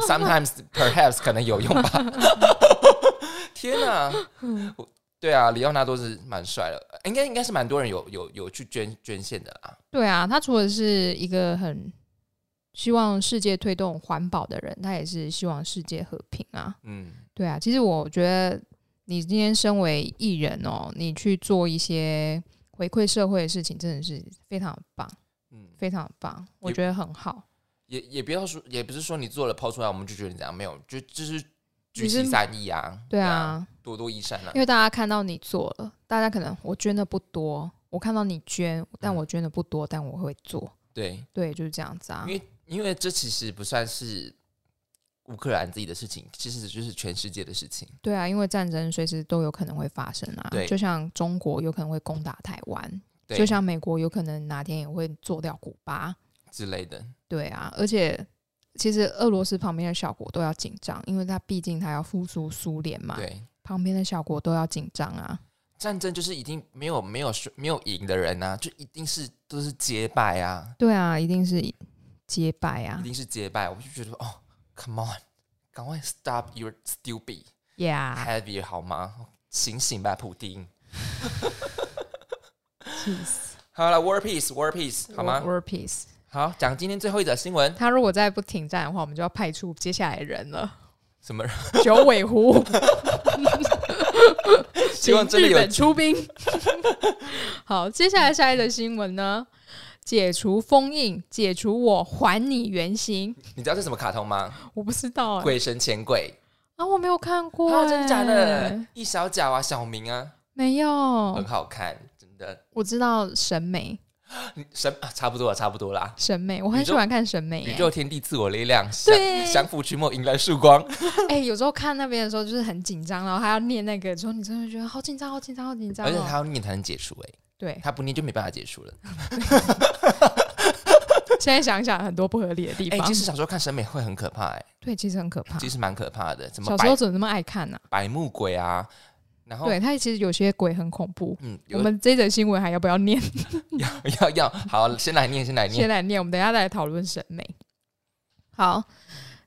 ？Sometimes perhaps 可能有用吧。 天哪、嗯我对啊，里奥纳多是蛮帅的，应该应该是蛮多人有有有去捐捐献的啦。 对啊，他除了是一个很希望世界推动环保的人，他也是希望世界和平啊。嗯，对啊，其实我觉得你今天身为艺人哦，你去做一些回馈社会的事情，真的是非常棒，嗯，非常棒，我觉得很好。也也不要说，也不是说你做了抛出来，我们就觉得你怎样，没有，就就是举你是起善意啊，对，啊，多多益善啊因。为大家看到你做了，大家可能我捐的不多，我看到你捐，但嗯我捐的不多，但我会做。对，对，就是这样子啊因。为因为这其实不算是乌克兰自己的事情，其实就是全世界的事情。对啊，因为战争随时都有可能会发生啊对。就像中国有可能会攻打台湾，对，就像美国有可能哪天也会做掉古巴。之类的，对啊，而且其实俄罗斯旁边的小国都要紧张，因为它毕竟它要复苏苏联嘛，对。旁边的小国都要紧张啊。战争就是一定没有没有没有赢的人啊，就一定是都是结拜啊，对啊，一定是结拜一啊定是结拜。我就觉得哦，Come on，赶快 stop your stupid ，Yeah， heavy 好吗？醒醒吧，普丁。气死， 好了，War Peace，War Peace 好吗？ ？World Peace，好，讲今天最后一则新闻，他如果再不停战的话，我们就要派出接下来的人了。什么？九尾狐， 希望真的请日有本出兵。 好，接下来下一则新闻呢？解除封印，解除我还你原形。你知道这是什么卡通吗？我不知道哎、鬼神钱柜啊，我没有看过、啊，欸，真的假的？？一小角啊，小明啊，没有很，好看，真的。我知道审美，你神啊，差不多了，差不多啦。审美，我宇很宙喜欢看审美、宇欸。宙天地自我力量，相对相互取莫迎来曙光。哎、有时候看那边的时候就是很紧张，然后还要念那个，之后你真的觉得好紧张，好紧张，好紧张、而且他哦。要念才能解除、欸，对，他不念就没办法解除了。 现在想一想很多不合理的地哎、方。其实小时候看审美会很可怕、欸，对，其实很可怕。其实蛮可怕的，什么小时白候怎么那么爱看呢、白目鬼啊，然后对他其实有些鬼很恐怖。嗯，我有们这则新闻还要不要念？ 要要好，先来念，先来先念。来念，我们等一下再来讨论审美。好，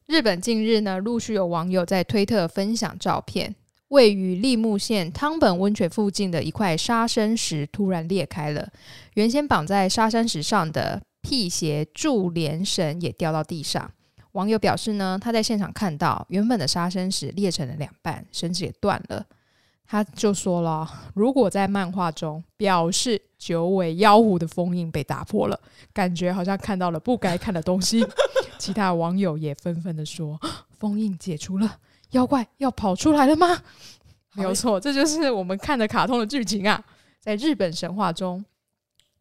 日本近日呢，陆续有网友在推特分享照片，位于立木县汤本温泉附近的一块沙生石突然裂开了，原先绑在沙生石上的辟邪柱连绳也掉到地上。网友表示呢，他在现场看到原本的沙生石裂成了两半，绳子也断了。他就说了哦，如果在漫画中表示九尾妖狐的封印被打破了，感觉好像看到了不该看的东西。其他网友也纷纷的说，封印解除了，妖怪要跑出来了吗？没有错，这就是我们看的卡通的剧情啊。在日本神话中，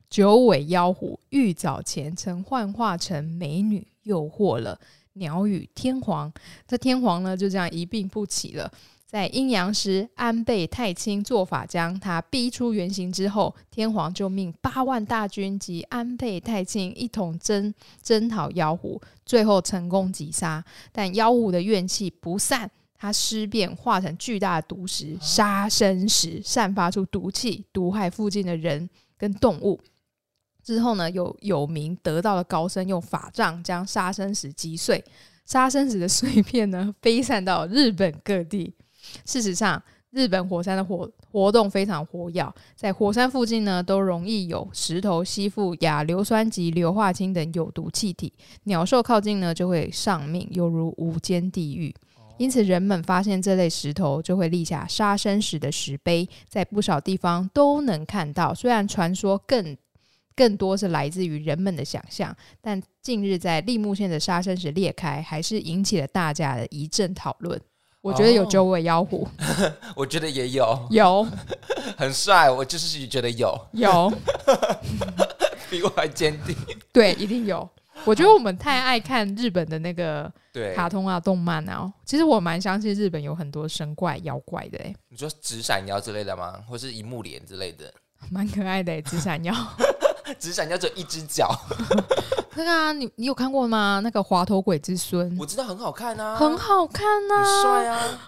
九尾妖狐玉藻前曾幻化成美女，诱惑了鸟语天皇。这天皇呢，就这样一病不起了。在阴阳师安倍太清做法将他逼出原形之后，天皇就命八万大军及安倍太清一同征征讨妖狐，最后成功击杀。但妖狐的怨气不散，它尸变化成巨大的毒石杀生石，散发出毒气，毒害附近的人跟动物。之后呢，有有名得道的高僧用法杖将杀生石击碎，杀生石的碎片呢飞散到日本各地。事实上，日本火山的活活动非常活跃，在火山附近呢，都容易有石头吸附亚硫酸及硫化氢等有毒气体，鸟兽靠近呢就会丧命，犹如无间地狱。因此，人们发现这类石头，就会立下杀生石的石碑，在不少地方都能看到。虽然传说更更多是来自于人们的想象，但近日在立木县的杀生石裂开，还是引起了大家的一阵讨论。我觉得有哦九尾妖狐，我觉得也有，有很帅，我就是觉得有， 有，比我还坚定。对，一定有。我觉得我们太爱看日本的那个对，卡通啊、动漫啊，其实我蛮相信日本有很多神怪、妖怪的、欸， 你说纸闪腰之类的吗？或是一木莲之类的？蛮可爱的、欸。紫闪妖，纸闪腰只有一只脚，那个啊，你你有看过吗？那个滑头鬼之孙，我知道很好看啊，很好看呐、很帅啊，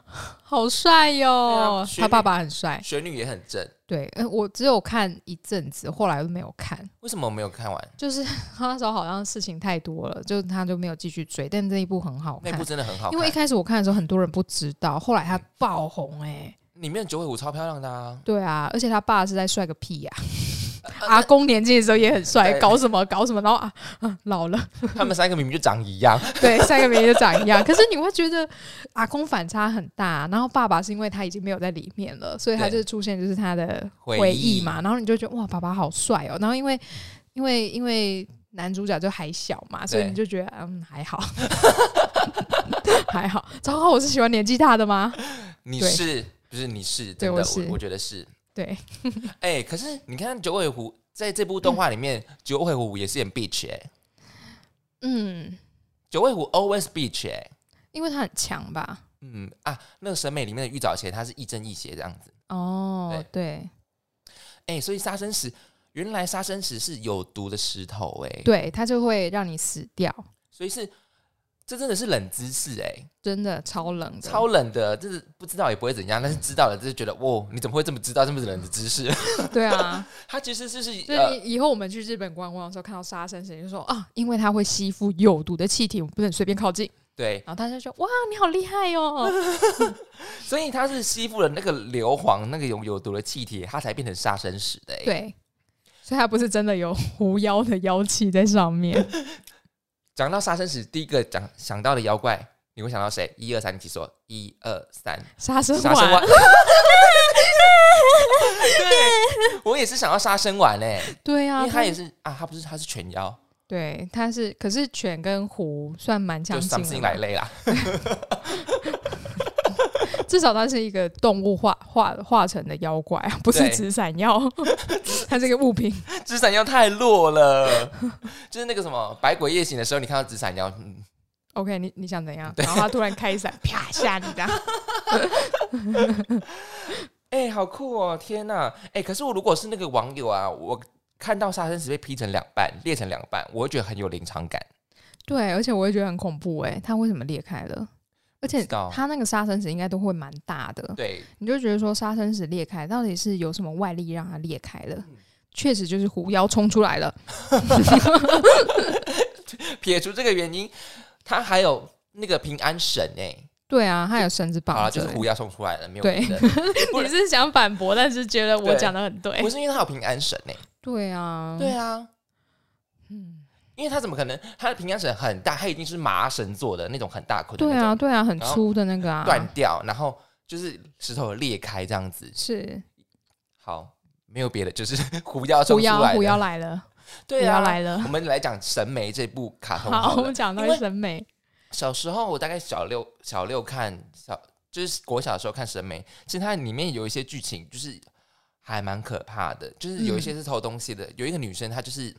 好帅哟、对啊学他历爸爸很帅。旋律也很正。对，呃我只有看一阵子，后来都没有看。为什么我没有看完？就是 他那时候好像事情太多了，就他就没有继续追。但这一部很好那看部，真的很好因为一看，开始我看的时候很多人不知道，后来他爆红哎、欸里面九尾狐超漂亮的 啊。对啊，而且他爸是在帅个屁呀、阿公年轻的时候也很帅，对搞什么搞什么，然后啊啊老了，他们三个明明就长一样，对，三个名就长一样。可是你会觉得阿公反差很大，然后爸爸是因为他已经没有在里面了，所以他对就出现就是他的回回忆忆嘛，然后你就觉得哇，爸爸好帅哦。然后因为因为因为男主角就还小嘛，所以对你就觉得嗯还好， 还好。糟糕，我是喜欢年纪大的吗？你对是不是你是对真的？我是我我觉得是。对，哎、可是你看九尾狐在这部动画里面，九尾狐也是演 bitch 哎、嗯，九尾狐 always bitch 哎、因为他很强吧。嗯啊，那个审美里面的玉藻前，它是亦正亦邪这样子。哦，对哎、所以杀生石原来杀生石是有毒的石头哎、，对，它就会让你死掉，所以是这真的是冷知识哎、真的超冷的。超冷的，就是不知道也不会怎样，但是知道了就是觉得哇，你怎么会这么知道这么冷的知识？ 对啊，它其实就是所呃，以以后我们去日本观光的时候，看到沙生石，就说啊，因为它会吸附有毒的气体，我们不能随便靠近。对，然后大家就哇，你好厉 害哦！所以它是吸附了那个硫磺那个有有毒的气体，它才变成杀生石的、哎，对，所以它不是真的有狐妖的妖气在上面。讲到杀生石，第一个讲想到的妖怪，你会想到谁？一二三，你起说，一二三，杀生杀生丸丸。 对，我也是想要杀生丸嘞、对因啊，为他也是啊，他不是他是全妖，对，它是可是犬跟狐算蛮就强劲 something 的来嘛，类啦。 至少它是一个动物化化化成的妖怪，啊不是对纸伞 妖， 它是一个物品。纸伞妖太弱了， 就是那个什么百鬼夜行的时候，你看到纸伞妖，嗯， OK，你你想怎 样？然后他突然开伞，啪吓你这 样。哎、好酷哦，天哪、哎、可是我如果是那个网友啊，我看到杀生石被劈成两半，裂成两半，我会觉得很有临场感。欸对，而且我会觉得很恐怖哎、它为什么裂开了？而而且知道它那个杀生石应该都会蛮大的，对，你就觉得说杀生石裂开到底是有什么外力让它裂开了？嗯确实就是狐妖冲出来了，撇除这个原因，他还有那个平安绳哎、对啊，它有绳子绑好了，着、就是狐妖送出来了，没有对别的，不你是想反驳，但是觉得我对讲的很对不。是因为他有平安绳哎、对啊，对，啊，嗯，因为他怎么可能？他的平安绳很大，他一定是麻绳做的那种很大捆的对那啊，种，对啊，很然后粗的那个啊，断掉，然后就是石头有裂开这样子。是好，没有别的，就是 狐妖送狐出来妖，的，狐妖来了，狐对啊，妖来了 我。们来讲《神媒》这部卡通好，好我了们讲到因为审美，小时候我大概小六小六看小就是国小的时候看《神媒》，其实它里面有一些剧情就是还蛮可怕的，就是有一些是偷东西的，嗯有一个女生她就是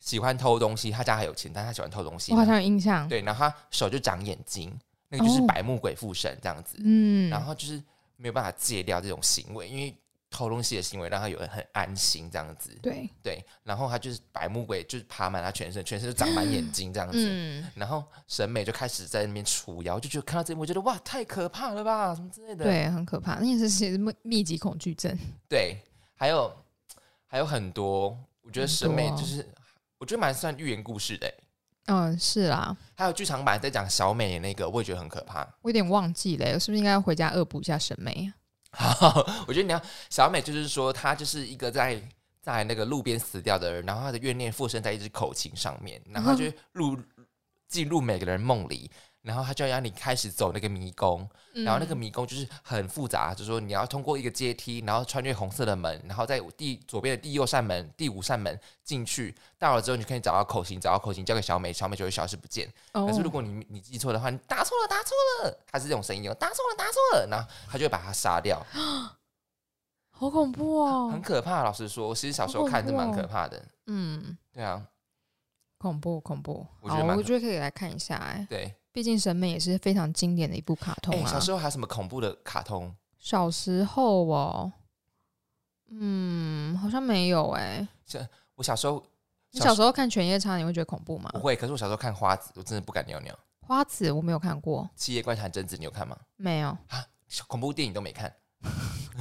喜欢偷东西，她家还有钱，但她喜欢偷东西我，好像有印象。对，然后她手就长眼睛，那个就是哦白目鬼附身这样子，嗯，然后就是没有办法戒掉这种行为，因为偷东西的行为让她有人很安心这样子，对，对，然后她就是白目鬼就是爬满她全身，全身就长满眼睛这样子，嗯，然后审美就开始在那边除妖，就觉得看到这一幕，我觉得哇，太可怕了吧，什么之类的。对，很可怕。那也是其实密密集恐惧症，对还有还有很多，我觉得审美很多哦就是、我觉得蛮算寓言故事的欸。嗯，是啦，还有剧场版在讲小美的那个，我也觉得很可怕。我有点忘记了，是不是应该回家恶补一下审美啊？我觉得你要小美就是说，她就是一个在在那个路边死掉的人，然后她的怨念附身在一只口琴上面，然后她就入进入每个人梦里，然后她就要你开始走那个迷宫，嗯然后那个迷宫就是很复杂，就是说你要通过一个阶梯，然后穿越红色的门，然后在第左边的第六扇门、第五扇门进去，到了之后你可以找到口型，找到口型交给小美，小美就会消失不见。嗯，可是如哦，果你你记错的话，你打错了，打错了，它是这种声音哦，打错了，打错了，然后他就会把它杀掉，好恐怖很哦，可怕。老实说，我其实小时候好恐看是蛮怖哦可怕的，嗯，对啊，恐怖恐怖。我觉得好蛮我可觉得可以来看一下，哎，对。毕竟审美也是非常经典的一部卡哎、通啊小。时候还有什么恐怖的卡通？小时候哦，嗯，好像没有哎。我小时候你小时候看《犬夜叉》，你会觉得恐怖吗不？会，可是我小时候看花子，我真的不敢尿尿。花子我没有看过，七夜怪谈贞子，你有看吗？没 有，小恐怖电影都没看。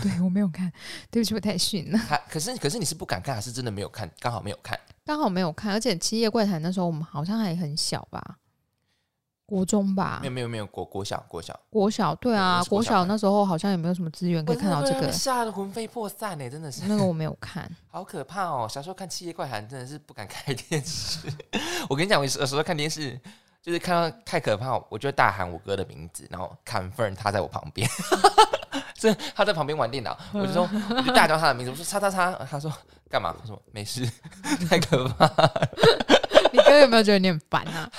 对我没有看，对不起，我太逊了。他可是可是你是不敢看，还是真的没有看？刚好没有看。刚好没有看，而且《七夜怪谈》那时候我们好像还很小吧，国中吧没有，没有没有，国国小国小，国小对我啊们，是国国小小那时候好像也没有什么资源可以看到这我真的被他个们，吓得魂飞魄散呢，真的是那个我没有 看。好可怕哦！小时候看《七夜怪谈》真的是不敢开电视。 我跟你讲，我小时候看电视。就是看到太可怕，我就大喊我哥的名字，然后 confirm 他在我旁边， 这他在旁边玩电脑，嗯我就说我就大叫他的名字，我说叉叉叉，他说干嘛？我说没事， 太可怕了。你哥有没有觉得你很烦 啊？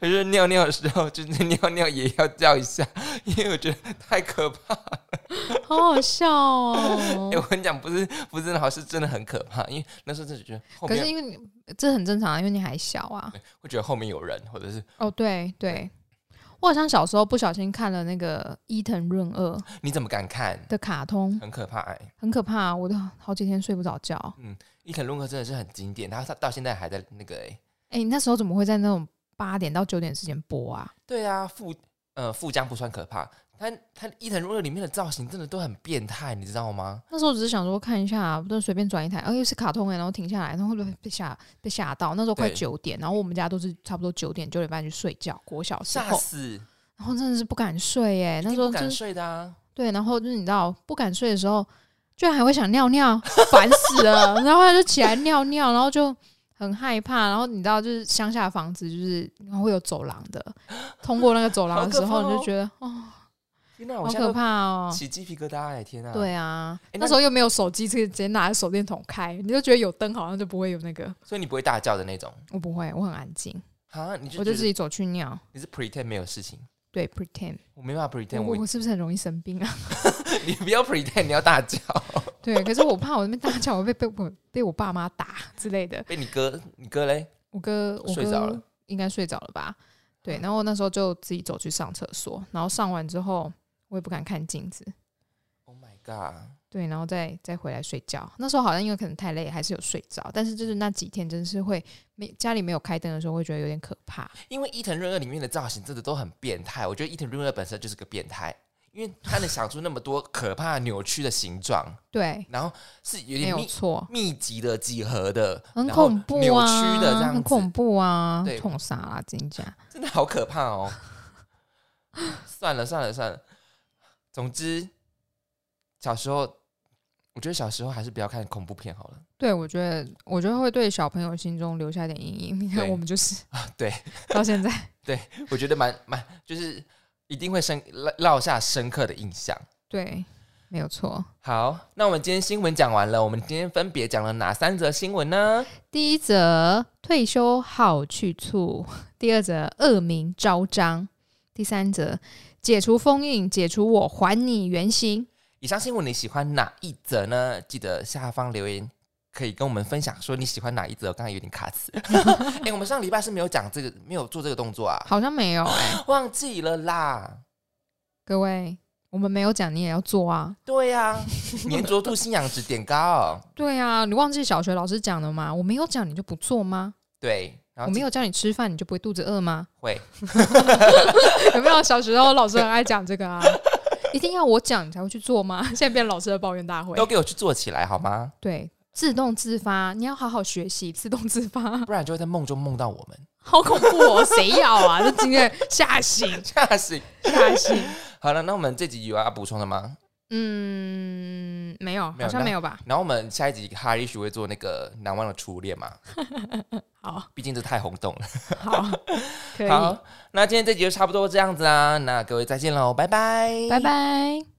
就是尿尿的时候，就是尿尿也要叫一下， 因为我觉得太可怕好好笑哦哎、。我跟你讲，不是不是真的好，是真的很可怕，因为那时候真的觉得后可是面因为你这很正常啊，因为你还小啊。会觉得后面有人，或者是哦，对对，我好像小时候不小心看了那个伊藤润二你怎么敢看，的卡通，很可怕哎、很可怕、我都好几天睡不着觉。伊藤润二真的是很经典，他他到现在还在那个哎、哎、你那时候怎么会在那种八点到九点之间播啊？对啊，富呃富江不算可怕，他他伊藤润二里面的造型真的都很变态，你知道吗？那时候只是想说看一下，啊不就随便转一台，哦，又是卡通哎、然后停下来，然后会不会被吓被吓到？那时候快对九点，然后我们家都是差不多九点九点半去睡觉，国小时吓候，死，然后真的是不敢睡哎、一哦那定时候不就敢是睡的啊。对，然后就是你知道不敢睡的时候，居然还会想尿尿，烦死了。然后他就起来尿尿，然后就很害怕。然后你知道，就是乡下的房子就是然后会有走廊的，通过那个走廊的时候，好可怕哦你就觉得哦，天哪、我好现在可都怕哦。起鸡皮疙瘩哎、天哪、对，啊，那那时候又没有手机，直接直接拿着手电筒开，你就觉得有灯，好像就不会有那个。所以你不会大叫的那种我不会，我很安静，啊？你就我觉就得自己走去尿。你是 pretend 没有事情，对，pretend，我没办法 pretend，我我我是不是很容易生病 啊？你不要 pretend，你要大叫。 对，可是我怕我那边大叫，我被被我被我爸妈打之类的。被你哥，你哥嘞？我哥，我睡着了哥应该睡着了吧？对，然后那时候就自己走去上厕所，然后上完之后，我也不敢看镜子， Oh my god！对，然后再再回来睡觉。那时候好像因为可能太累，还是有睡着，但是就是那几天真是会没家里没有开灯的时候，会觉得有点可怕。因为伊藤润二里面的造型真的都很变态，我觉得伊藤润二本身就是个变态，因为他能想出那么多可怕扭曲的形状，对，然后是有没点有密错，密集的、几何的，很然后恐怖啊，扭曲的这样很子恐，怖啊对，冲啥啦，真假？真的好可怕哦。算了算了算了，总之，小时候我觉得小时候还是不要看恐怖片好了。对，我觉得，我觉得会对小朋友心中留下一点阴影。你看，对啊我们就是对， 到现在，我觉得蛮蛮就是一定会深烙烙下深刻的印象。对，没有错。好，那我们今天新闻讲完了，我们今天分别讲了哪三则新闻呢？第一则退休好去处，第二则恶名昭彰，第三则解除封印，解除我还你原形。以上新闻你喜欢哪一则呢？记得下方留言。可以跟我们分享说你喜欢哪一则？我刚才有点卡词。 哎、我们上礼拜是没有讲这个，没有做这个动作 啊，好像没有哎、忘记了啦。各位，我们没有讲，你也要做啊。对呀、 粘着度、信仰值点高。对啊，你忘记小学老师讲的吗？我没有讲，你就不做吗？对，然我后没有叫你吃饭，你就不会肚子饿吗？会 有没有小时候老师很爱讲这个啊？一定要我讲你才会去做吗？ 现在变老师的抱怨大会都，给我去做起来好吗？对，自动自发，你要好好学习，自动自发，不然就会在梦中梦到我们， 好恐怖哦！谁要啊？ 这今天吓醒，吓死！吓醒。好了，那我们这集有要补充的吗？嗯，没有，没有好像那没有吧？然后我们下一集哈利许会做那个难忘的初恋嘛，好，毕竟这太轰动了。好， 可以，好，那今天这集就差不多这样子啦，那各位再见喽，拜拜，拜拜。